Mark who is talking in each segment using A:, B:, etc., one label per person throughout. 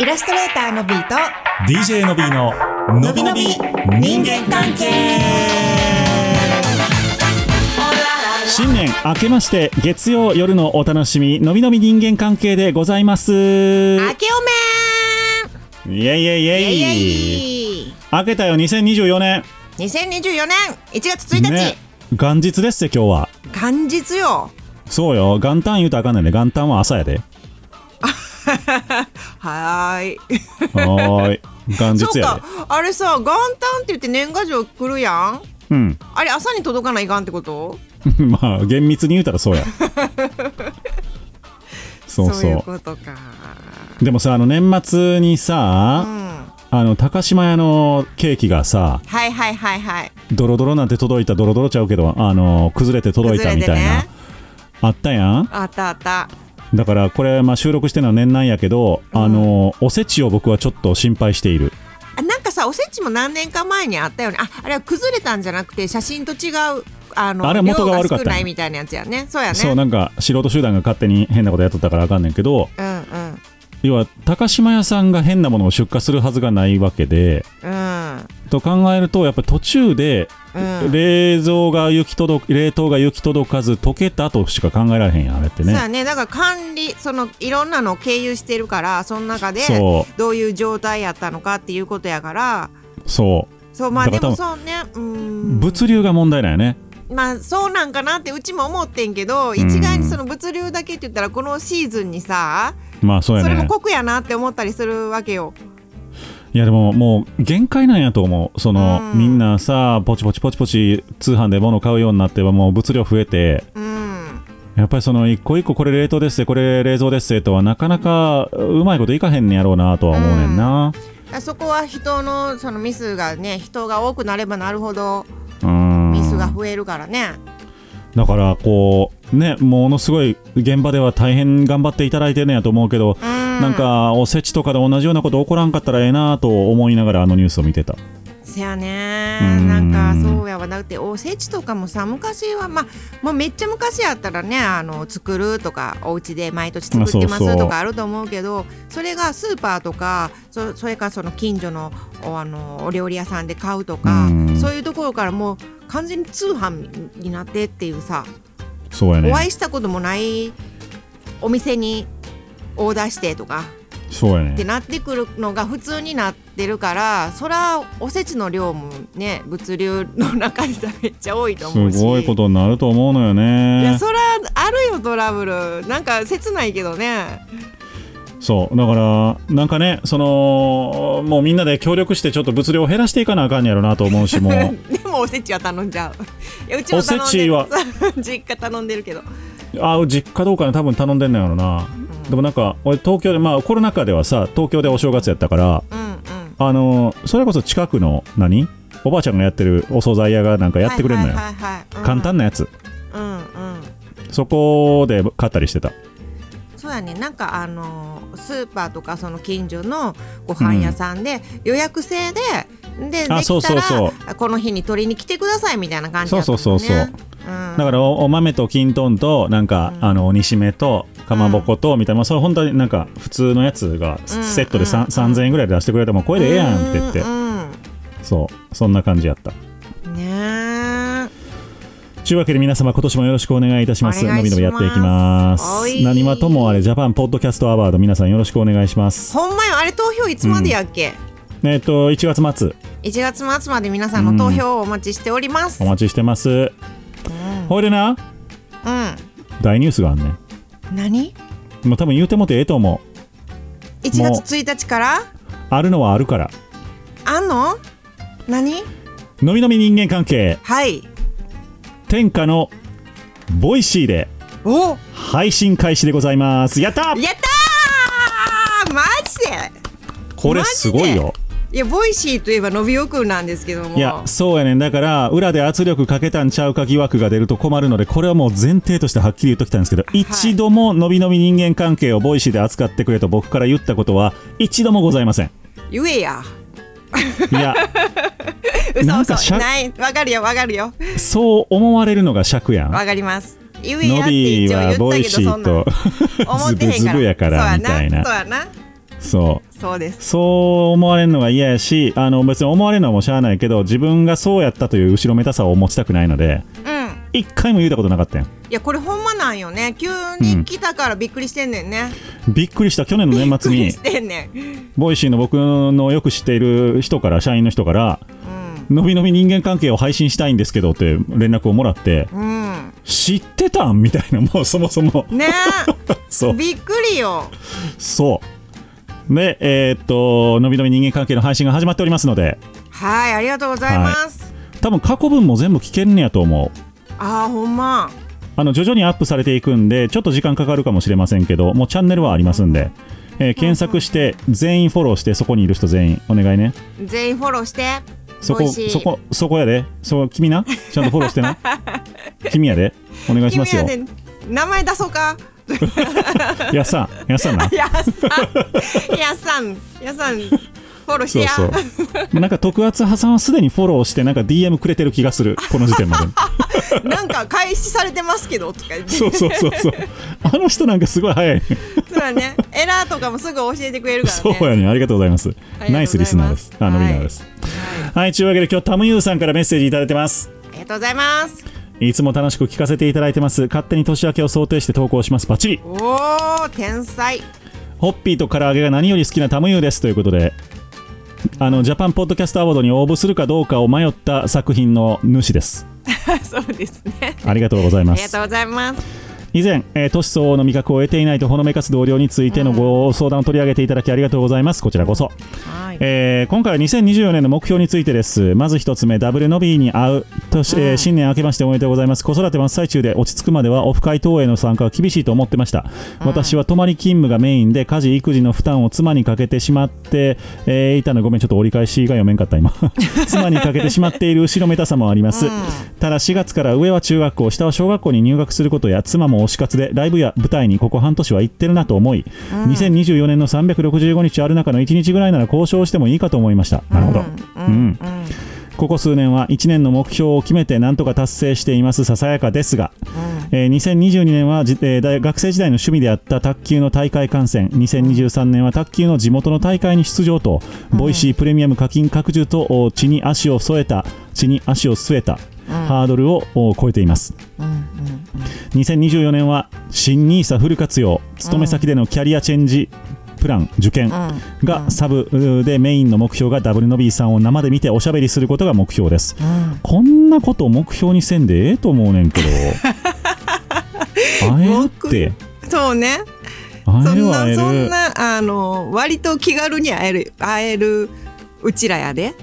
A: イラストレーターのビーと
B: DJ のびーののびのび人間関係新年明けまして月曜夜のお楽しみのびのび人間関係でございますイ
A: あ
B: エ
A: け
B: イイエイ
A: おめーイエ
B: イエイ
A: イ
B: 明けたよ2024年
A: 2024年1月1日、
B: ね元日ですって今日は
A: 元日よ
B: そうよ元旦言うとあかんねんね元旦は朝やで
A: はーい
B: は ーい元
A: そう
B: 日や
A: か
B: で
A: あれさ元旦って言って年賀状来るやん
B: うん
A: あれ朝に届かないかんってこと
B: まあ厳密に言うたらそ うやそう
A: い
B: そうう
A: ことか
B: でもさあの年末にさ、
A: うんは
B: あの高島屋のケーキがさ
A: いはいはいはい
B: ドロドロなんて届いたドロドロちゃうけどあの崩れて届いたみたいな、
A: 崩れてね
B: あったやん
A: あったあった
B: だからこれ、まあ、収録してるのは年内やけど、あのおせちを僕はちょっと心配している
A: あなんかさおせちも何年か前にあったよねああれは崩れたんじゃなくて写真と違うあの
B: あれは元が悪かった
A: 量少ないみたいなやつやねそうやね
B: そうなんか素人集団が勝手に変なことやっとったからあかんねんけど
A: うんうん
B: 要は高島屋さんが変なものを出荷するはずがないわけで
A: うん
B: と考えるとやっぱり途中で、
A: うん
B: 冷蔵が行き届く冷凍が行き届かず溶けたとしか考えられへんやんあれって
A: そう
B: ね
A: やねだから管理そのいろんなのを経由してるからその中で
B: そ
A: どういう状態やったのかっていうことやから
B: そう
A: そうまあ
B: だ
A: で
B: から
A: もそうねうん
B: 物流が問題なんやね
A: まあそうなんかなってうちも思ってんけど一概にその物流だけって言ったらこのシーズンにさ
B: まあそうや
A: それも
B: ね
A: 酷やなって思ったりするわけよ。
B: いやでももう限界なんやと思うその、
A: うん
B: みんなさポチポチポチポチ通販で物買うようになってはもう物量増えて
A: うん
B: やっぱりその一個一個これ冷凍ですってこれ冷蔵ですってとはなかなかうまいこといかへんねやろうなとは思うねんな
A: そこは人のそのミスがね人が多くなればなるほど
B: うん
A: ミスが増えるからね。
B: だからこうねものすごい現場では大変頑張っていただいてんねやと思うけど、
A: うん、
B: なんかおせちとかで同じようなこと起こらんかったらええなと思いながらあのニュースを見てた
A: せやね
B: うん
A: なんかそうやわだっておせちとかもさ昔はまあもうめっちゃ昔やったらねあの作るとかお家で毎年作ってま
B: そうそ
A: す
B: う
A: とかあると思うけどそれがスーパーとかそそれからその近所のおあのお料理屋さんで買うとか
B: うん
A: そういうところからもう完全に通販になってっていうさ
B: そうや
A: お
B: ね
A: 会いしたこともないお店にオーダーしてとか
B: そうやね
A: ってなってくるのが普通になってるからそらおせちの量もね物流の中でめっちゃ多いと思うし
B: すごいことになると思うのよ
A: いや
B: ね
A: そらあるよトラブルなんか切ないけどね
B: そうだからなんかねそのもうみんなで協力してちょっと物量を減らしていかなあかんやろなと思うしもう
A: でもおせちは頼んじゃういやうちも頼んでる
B: おせちは
A: 実家頼んでるけど
B: あ実家どうかな多分頼んでんのやろな、でもなんか俺東京でまあコロナ禍ではさ東京でお正月やったから
A: うんうん
B: あのーそれこそ近くの何おばあちゃんがやってるお惣菜屋がなんかやってくれるのよ、
A: はいはいはいはいうん
B: 簡単なやつ
A: うんうん
B: そこで買ったりしてた
A: そうやねなんかあのースーパーとかその近所のご飯屋さんで予約制で、でできたら
B: あそうそうそ
A: この日に取りに来てくださいみたいな感じだったもんね
B: そうそうそうそう
A: うん、
B: だからおお豆ときんとんとなんか、
A: うん
B: あの煮しめとかまぼことみたいな、まあ、それ本当になんか普通のやつが
A: うん
B: セットでさん
A: うん
B: 3000円ぐらいで出してくれてもうこれでええやんって言って
A: う
B: そうそんな感じやった
A: んうんね
B: というわけで皆様今年もよろしくお願いいたします
A: お願
B: の
A: いします
B: びのびやっていきま
A: お
B: す
A: い
B: 何はともあれジャパンポッドキャストアワード皆さんよろしくお願いしま
A: え
B: す
A: ほんまよあれ投票いつまでやっけ、
B: えっと1月末
A: 1月末まで皆さんの投票をお待ちしております
B: お待ちしてますほいでな
A: うん
B: 大ニュースがあんね
A: 何
B: んもう多分言うてもてええと思う
A: ?1 月1日から
B: あるのはあるから
A: あんの何
B: のびのび人間関係
A: はい
B: 天下のボイシーで
A: お
B: 配信開始でございますやった
A: やったーマジで
B: これすごいよ
A: いやボイシーといえば伸びよくんなんですけども
B: いやそうやねんだから裏で圧力かけたんちゃうか疑惑が出ると困るのでこれはもう前提としてはっきり言っときたんですけど、
A: い
B: 一度ものびのび人間関係をボイシーで扱ってくれと僕から言ったことは一度もござ いません
A: 言えや
B: いや
A: 嘘
B: なん
A: 嘘
B: かしゃ
A: ないわかるよわかるよ
B: そう思われるのが尺やん
A: わかります言えや
B: の
A: って
B: び
A: 一応
B: は
A: 言
B: ボ
A: った
B: イ
A: けどそ
B: シ
A: ん
B: ー
A: な
B: と
A: ん思っ
B: ズ
A: て
B: ブ
A: へん
B: ズ
A: から
B: ブやからみ
A: そう
B: たい
A: やな
B: な
A: そうやな
B: そう
A: そうです
B: そう思われるのが嫌やしあの別に思われるのはもうしゃあないけど自分がそうやったという後ろめたさを持ちたくないので
A: うん
B: 一回も言うたことなかったやん
A: いやこれほんまなんよね急に来たからびっくりしてんねんね、
B: びっくりした去年の年末
A: びっくり
B: に
A: してんねん
B: ボイシーの僕のよく知っている人から社員の人から
A: うん
B: のびのび人間関係を配信したいんですけどって連絡をもらって
A: うん
B: 知ってたんみたいなもうそもそも
A: ね
B: そう
A: びっくりよ
B: そうでえーっとのびのび人間関係の配信が始まっておりますので
A: はいありがとうございます、
B: 多分過去分も全部聞けんねやと思う
A: あーほんま
B: あの徐々にアップされていくんでちょっと時間かかるかもしれませんけどもうチャンネルはありますんで、えー検索して全員フォローしてそこにいる人全員お願いね
A: 全員フォローして
B: そ
A: 美
B: こ
A: 味しい
B: そこそこやでそう君なちゃんとフォロ ーしてな君やでお願いしますよ
A: 君やね名前出そうか
B: やっさんや っさんな
A: やっさんやっさんやっさんフォローして
B: そう
A: や
B: そうなんか徳厚派さんはすでにフォローしてなんか DM くれてる気がするこの時点 まで
A: なんか開始されてますけどとか言って
B: そうそうそうそうあの人なんかすごい早い、ね、
A: そうだねエラーとかもすぐ教えてくれるから
B: そう
A: ね
B: やねありがとうございます
A: ありがとうございます
B: ナイスリスナーですあの
A: はい
B: ビナーですはい、というわけで今日タムユーさんからメッセージいただいてます
A: ありがとうございます
B: いつも楽しく聞かせていただいてます。勝手に年明けを想定して投稿します。バッチリ。
A: おー天才
B: ホッピーと唐揚げが何より好きなタムユーです。ということで、あの、ジャパンポッドキャストアワードに応募するかどうかを迷った作品の主です。
A: そうですね
B: ありがとうござい
A: あ
B: ま
A: りがと
B: す。
A: うございます
B: 以前、えー、年相応の味覚を得ていないとほのめかす同僚についてのご相談を取り上げていただきありがとうございます。こちらこそ。
A: はい
B: えー今回は2024年の目標についてですまず一つ目ダブルノビーに会うとし、えー新年明けましておめでとうございます子育て真っ最中で落ち着くまではオフ会等への参加は厳しいと思ってました、私は泊まり勤務がメインで家事育児の負担を妻にかけてしまって、えーいたのごめんちょっと折り返しが読めんかった今妻にかけてしまっている後ろめたさもあります、ただ4月から上は中学校下は小学校に入学することや妻も推し活でライブや舞台にここ半年は行ってるなと思い、2024年の365日ある中の1日ぐらいなら交渉してもいいかと思いました、なるほど、うんここ数年は1年の目標を決めてなんとか達成していますささやかですが、えー2022年はじ、えー大学生時代の趣味であった卓球の大会観戦2023年は卓球の地元の大会に出場と、ボイシープレミアム課金拡充とお地に足を添えた地に足を据えた、ハードルをお超えています2024年は新 NISA フル活用勤め先でのキャリアチェンジプラン受験がサブでメインの目標がダブルノビーさんを生で見ておしゃべりすることが目標です、こんなことを目標にせんでええと思うねん けど会えるって
A: そうねそ
B: 会え
A: ん
B: るは会
A: な
B: え
A: そん
B: る
A: なあの割と気軽に会える会えるうちらやで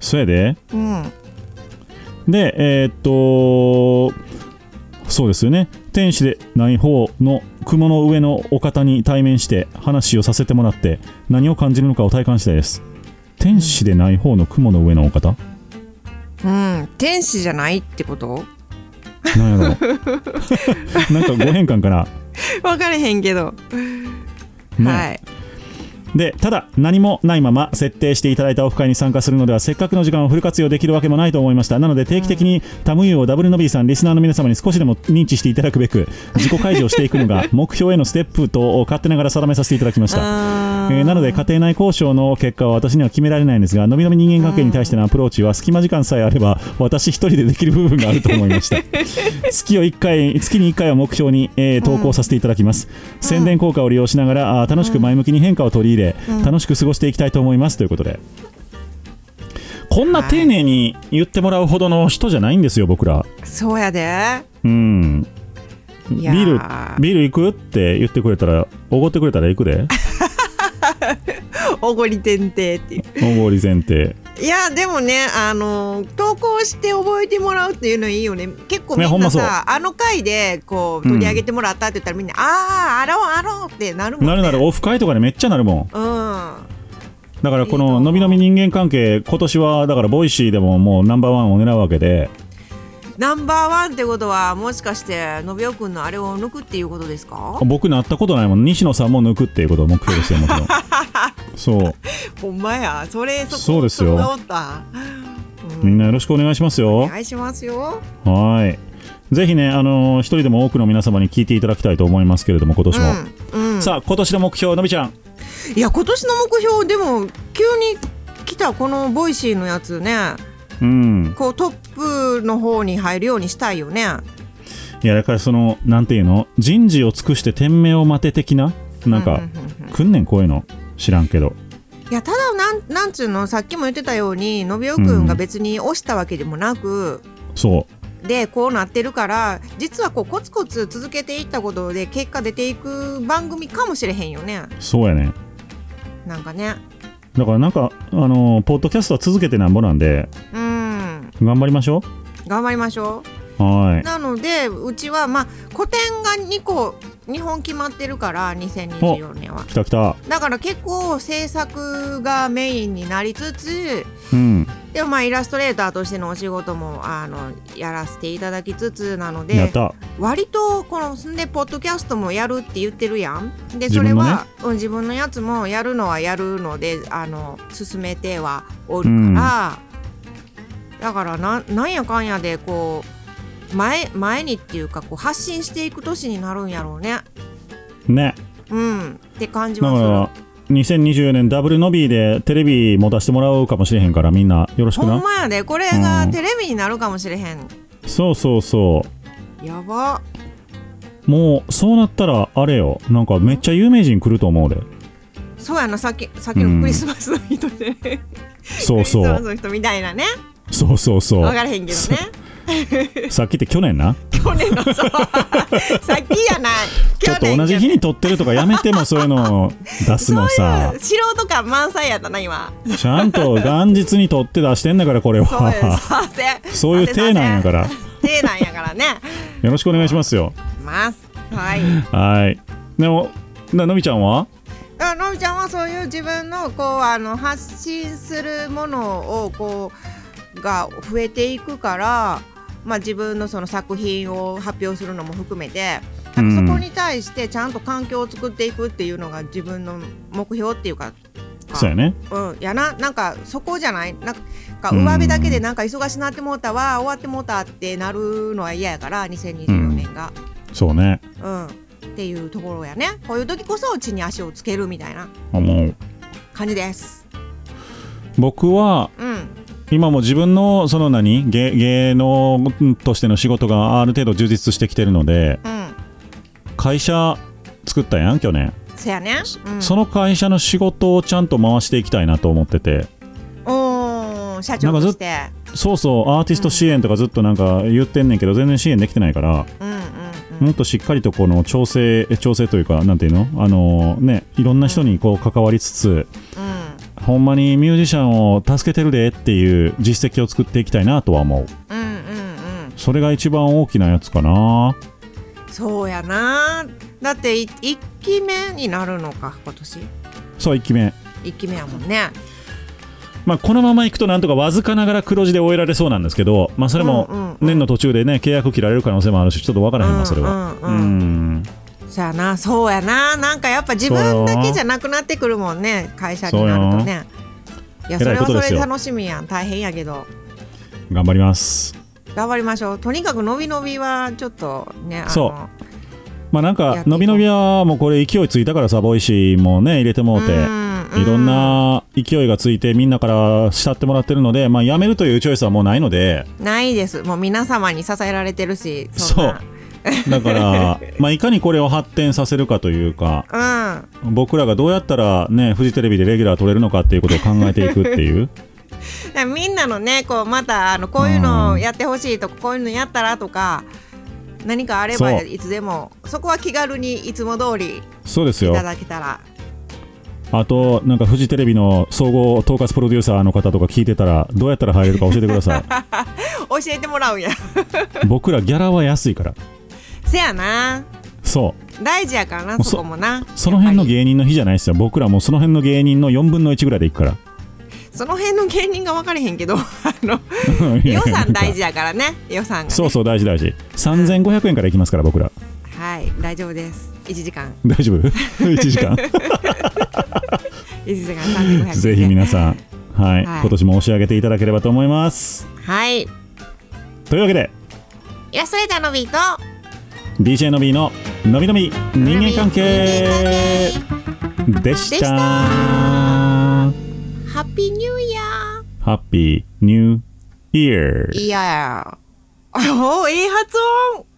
B: そやで
A: うん
B: でえーっとそうですよね天使でない方の雲の上のお方に対面して話をさせてもらって何を感じるのかを体感したいです天使でない方の雲の上のお方
A: うん天使じゃないってこと
B: なん やろなんかご変換かな、
A: 分からへんけど、
B: ね
A: はい
B: でただ何もないまま設定していただいたオフ会に参加するのではせっかくの時間をフル活用できるわけもないと思いましたなので定期的にタムユーをダブルノビーさんリスナーの皆様に少しでも認知していただくべく自己開示をしていくのが目標へのステップと勝手ながら定めさせていただきました、
A: あー
B: えーなので家庭内交渉の結果は私には決められないんですがのびのび人間関係に対してのアプローチは隙間時間さえあれば私一人でできる部分があると思いました 月を一回月に1回を目標に、えー投稿させていただきます、宣伝効果を利用しながらあー楽しく前向きに変化を取り入れ、楽しく過ごしていきたいと思いますということでこんな丁寧に言ってもらうほどの人じゃないんですよ僕ら
A: そうやで
B: うん
A: い
B: ビ
A: や
B: ール
A: ー
B: ビール行くって言ってくれたらおごってくれたら行 くで
A: おごりてんてっていう
B: おごり前提
A: いやでもねあの投稿して覚えてもらうっていうのいいよね結構み
B: ねほ
A: ん
B: ん
A: な
B: まそう
A: さあの回でこう取り上げてもらったって言ったらみんな、あああろうあろうってなるもんね
B: なるなるオフ会とかでめっちゃなるもん
A: うん
B: だからこ
A: いいと思
B: の
A: う
B: のびのび人間関係今年はだからボイシーでももうナンバーワンを狙うわけで
A: ナンバーワンってことはもしかしてのびおくんのあれを抜くっていうことですか
B: 僕なったことないもん西野さんも抜くっていうことを目標にしてる もちろんそう
A: ほんまやそれこ
B: そうですよ
A: こがおったうん
B: みんなよろしくお願いします
A: お
B: よ
A: 願いしますよ
B: はいぜひねあのー一人でも多くの皆様に聞いていただきたいと思いますけれども今年も、
A: うん、うん、
B: さあ今年の目標のびちゃん
A: いや今年の目標でも急に来たこのボイシーのやつね
B: うん
A: こうトップの方に入るようにしたいよね
B: いやだからそのなんていうの人事を尽くして天命を待て的ななん
A: う
B: か
A: んうんうん
B: 来んねんこういうの知らんけど
A: いやただなんなんつうのさっきも言ってたようにのびおくんが別に押したわけでもなく、
B: そ
A: でこうなってるから実はこうコツコツ続けていったことで結果出ていく番組かもしれへんよね
B: うそうやね
A: なんかね
B: だからなんかあのーポッドキャストは続けてなんぼなんで
A: うん
B: 頑張りましょ
A: 頑張りましょ
B: うは
A: うなのでうちはまあ個展が2個2本決まってるから2024年はい
B: 来た来た
A: だから結構制作がメインになりつつ
B: うん
A: でもまあイラストレーターとしてのお仕事もあのやらせていただきつつなの
B: や
A: で
B: った
A: 割とこのんでポッドキャストもやるって言ってるやんで
B: 自
A: それ
B: 分のね
A: はうん自分のやつもやるのはやるのであの進めてはおるから、だからななんやかんやでこう前前にっていうかこう発信していく年になるんやろうね
B: ね
A: うんって感じ
B: だ
A: は
B: か
A: する
B: ら2024年ダブルノビーでテレビも出してもらうかもしれへんからみんなよろしく
A: ほん
B: な
A: まやでこれが
B: うん
A: テレビになるかもしれへん、
B: そうそうそ
A: やば
B: うもうそうなったらあれよなんかめっちゃ有名人来ると思うで
A: そうやなさっきさっきのクリスマスの人で、ク
B: そう
A: リス
B: そ
A: マス
B: う
A: の人みたいなね
B: そうそうそ
A: 分
B: う
A: からへんけどね
B: さっきって去年な
A: 去年 のそうさっきやない
B: ち
A: 去
B: ょっと
A: 年
B: 同じ日に撮ってるとかやめてもそういうのを出すの
A: そ
B: さ
A: ういう素人感満載やったな今
B: ちゃんと元日に撮って出してんだからこれ
A: そういう
B: は
A: させ
B: そういう体なんやから
A: 手なんやからね
B: よろしくお願いしますよ
A: ますはい
B: はいでもなのびちゃんは
A: あのびちゃんはそういう自分のこうあの発信するものをこうが増えていくから、まあ、自分のその作品を発表するのも含めてなんか
B: うん
A: そこに対してちゃんと環境を作っていくっていうのが自分の目標っていうか。
B: そうやね
A: うん、やななんかそこじゃないなんか
B: うん
A: 上辺だけでなんか忙しなってもうたわ終わってもうたってなるのは嫌やから2024年が、
B: そうね
A: うんっていうところやねこういう時こそ地に足をつけるみたいな
B: もう
A: 感じです。
B: 僕は
A: うん、
B: 今も自分のその何芸芸能としての仕事がある程度充実してきてるので
A: うん、
B: 会社作ったやん去年、
A: そやね。うん、
B: その会社の仕事をちゃんと回していきたいなと思ってて
A: おー社長として、
B: そうそうアーティスト支援とかずっとなんか言ってんねんけど全然支援できてないから
A: うんうんうん、
B: もっとしっかりとこの調整調整というかなんていうのあのねいろんな人にこう関わりつつほんまにミュージシャンを助けてるでっていう実績を作っていきたいなとは思う
A: うんうんうんうん、
B: それが一番大きなやつかな
A: そうやな。だってい一期目になるのか今年、
B: そう1期目
A: 一期目やもんね。
B: まあ、このままいくとなんとかわずかながら黒字で終えられそうなんですけど、まあ、それ
A: うんうん
B: も
A: うん
B: 年の途中でね契約切られる可能性もあるしちょっと分からへんわそれは。
A: う
B: うん
A: うんうん
B: ん
A: そうやなそうやななんかやっぱ自分だけじゃなくなってくるもんね会社になるとねいやそ
B: 偉
A: れ
B: いこ
A: は
B: と
A: そ
B: で
A: れ
B: すよ
A: で楽しみやん大変やけど
B: 頑張ります。
A: 頑張りましょうとにかく伸び伸びはちょっとねあの
B: そまあなん
A: やっ
B: か
A: ていこう
B: 伸び伸びはもうこれ勢いついたからさボイシーもね入れてもうて
A: うん
B: いろんな勢いがついてみんなから慕ってもらってるので、まあ、辞めるというチョイスはもうないので
A: ないですもう皆様に支えられてるしそんな
B: そうだから まあいかにこれを発展させるかというか
A: うん
B: 僕らがどうやったらねフジテレビでレギュラー取れるのかっていうことを考えていくって いう。
A: だからみんなのねこうまたあのこういうのをやってほしいとかこういうのやったらとか何かあれば
B: そう
A: いつでもそこは気軽にいつも通りい
B: そうですよ
A: ただけたら
B: あと、なんかフジテレビの総合統括プロデューサーの方とか聞いてたら、どうやったら入れるか教えてくださ
A: 教えてもらうんや
B: い。僕らギャラは安いから。
A: せやな
B: そう。
A: 大事やからな
B: うそ
A: そこもな
B: その辺の
A: やっ
B: 芸人の日じゃないですよ。僕らもうその辺の芸人の4分の1ぐらいで行くから。
A: ぱりその辺の芸人が分かれへんけど あの
B: いや
A: 予算大。
B: なんか
A: 事やからね予算がね
B: そうそう、大事大事。3500円から行きますから、僕ら。
A: はい大丈夫です1時間
B: 大丈夫 ?1 時間。
A: 1時間3500円
B: ぜひ皆さん、はい、
A: はい
B: 今年も押し上げていただければと思います。
A: はいイ
B: というわけで、
A: ラストレーターのビート
B: DJ の B ののびのび人間関
A: 人間関
B: 係
A: 係
B: でし
A: で
B: た
A: した
B: ハ
A: ハッピーニューイヤ
B: ッピーニューイヤー
A: ーイヤーおーいい発音